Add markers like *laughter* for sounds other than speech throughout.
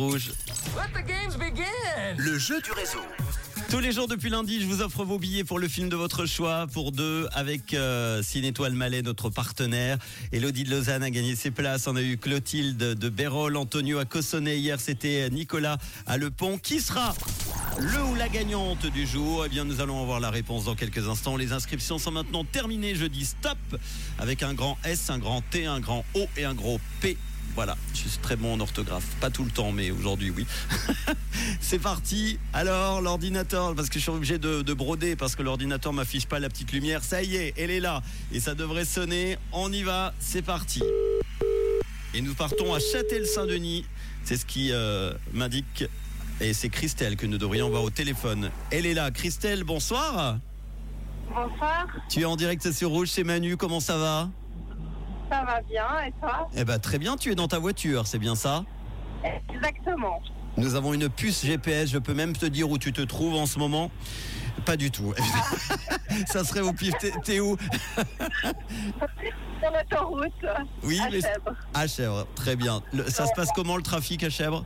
Rouge. Let the games begin! Le jeu du réseau. Tous les jours depuis lundi, je vous offre vos billets pour le film de votre choix, pour deux, avec euh, Cine Étoile Malais, notre partenaire. Elodie de Lausanne a gagné ses places. On a eu Clotilde de Bérol, Antonio à Cossonay hier. C'était euh, Nicolas à Lepont. Qui sera le ou la gagnante du jour Eh bien, nous allons avoir la réponse dans quelques instants. Les inscriptions sont maintenant terminées. Je dis stop avec un grand S, un grand T, un grand O et un gros P. Voilà, je suis très bon en orthographe. Pas tout le temps, mais aujourd'hui, oui. *laughs* C'est parti. Alors, l'ordinateur, parce que je suis obligé de, de broder, parce que l'ordinateur m'affiche pas la petite lumière. Ça y est, elle est là. Et ça devrait sonner. On y va. C'est parti. Et nous partons à Châtel-Saint-Denis. C'est ce qui euh, m'indique. Et c'est Christelle que nous devrions avoir au téléphone. Elle est là. Christelle, bonsoir. Bonsoir, Tu es en direct sur Rouge, c'est Manu. Comment ça va ça va bien et toi Eh ben, très bien. Tu es dans ta voiture, c'est bien ça Exactement. Nous avons une puce GPS, je peux même te dire où tu te trouves en ce moment. Pas du tout. *laughs* Ça serait au pif. T'es- T'es où Sur l'autoroute, Oui, à mais. Sèvres. À Chèvres, très bien. Le- ça se passe comment le trafic à Chèvres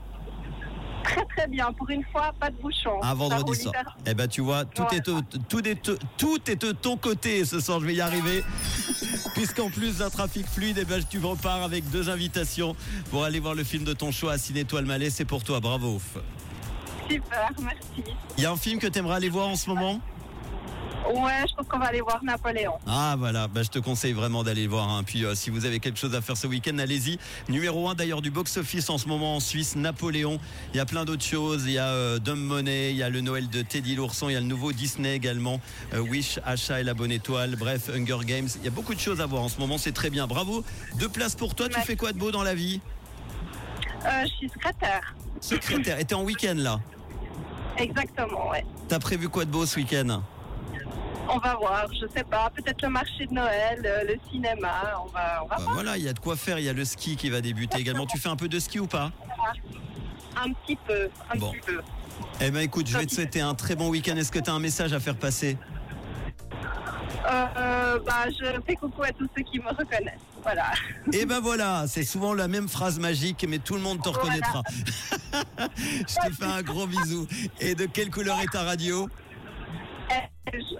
Très très bien, pour une fois, pas de bouchon. Ah, vendredi Ça roule soir. hyper- Eh ben, tu vois, tout, Ouais. est, au- tout, est, tout est de ton côté ce soir, je vais y *laughs* arriver. Puisqu'en plus d'un trafic fluide, eh ben, tu repars avec deux invitations pour aller voir le film de ton choix à Ciné Étoile Malais. C'est pour toi, bravo. Super, merci. Il y a un film que t'aimerais aller voir en ce moment Ouais, je pense qu'on va aller voir Napoléon. Ah voilà, bah, je te conseille vraiment d'aller le voir. hein. Puis euh, si vous avez quelque chose à faire ce week-end, allez-y. Numéro 1 d'ailleurs du box-office en ce moment en Suisse, Napoléon. Il y a plein d'autres choses. Il y a euh, Dumb Money, il y a le Noël de Teddy l'ourson, il y a le nouveau Disney également, euh, Wish, Achat et la bonne étoile. Bref, Hunger Games. Il y a beaucoup de choses à voir en ce moment. C'est très bien. Bravo. Deux places pour toi. Tu Merci. fais quoi de beau dans la vie Euh, je suis secrétaire. Secrétaire. Et t'es en week-end là. Exactement, ouais. T'as prévu quoi de beau ce week-end On va voir, je sais pas, peut-être le marché de Noël, euh, le cinéma, on va, on va Bah, voir Voilà, il y a de quoi faire. Il y a le ski qui va débuter également. Tu fais un peu de ski ou pas un petit peu, un Bon. petit peu. Eh ben écoute, je vais te souhaiter un très bon week-end. Est-ce que tu as un message à faire *laughs* passer Euh, euh, bah, je fais coucou à tous ceux qui me reconnaissent. Voilà. Eh ben voilà, c'est souvent la même phrase magique, mais tout le monde te reconnaîtra. *laughs* je te fais un gros bisou. Et de quelle couleur est ta radio Elle, je-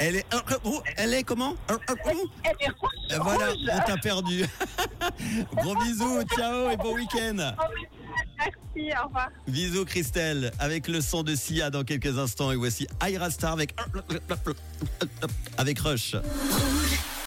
Elle est, oh, elle est comment elle est rouge. Eh Voilà, rouge. on t'a perdu. *laughs* gros bisous, ciao et bon week-end. Oh, Merci, au revoir. Bisous Christelle, avec le son de euh, Sia dans quelques instants. Et voici Aira Star euh, avec avec Rush. Rouge.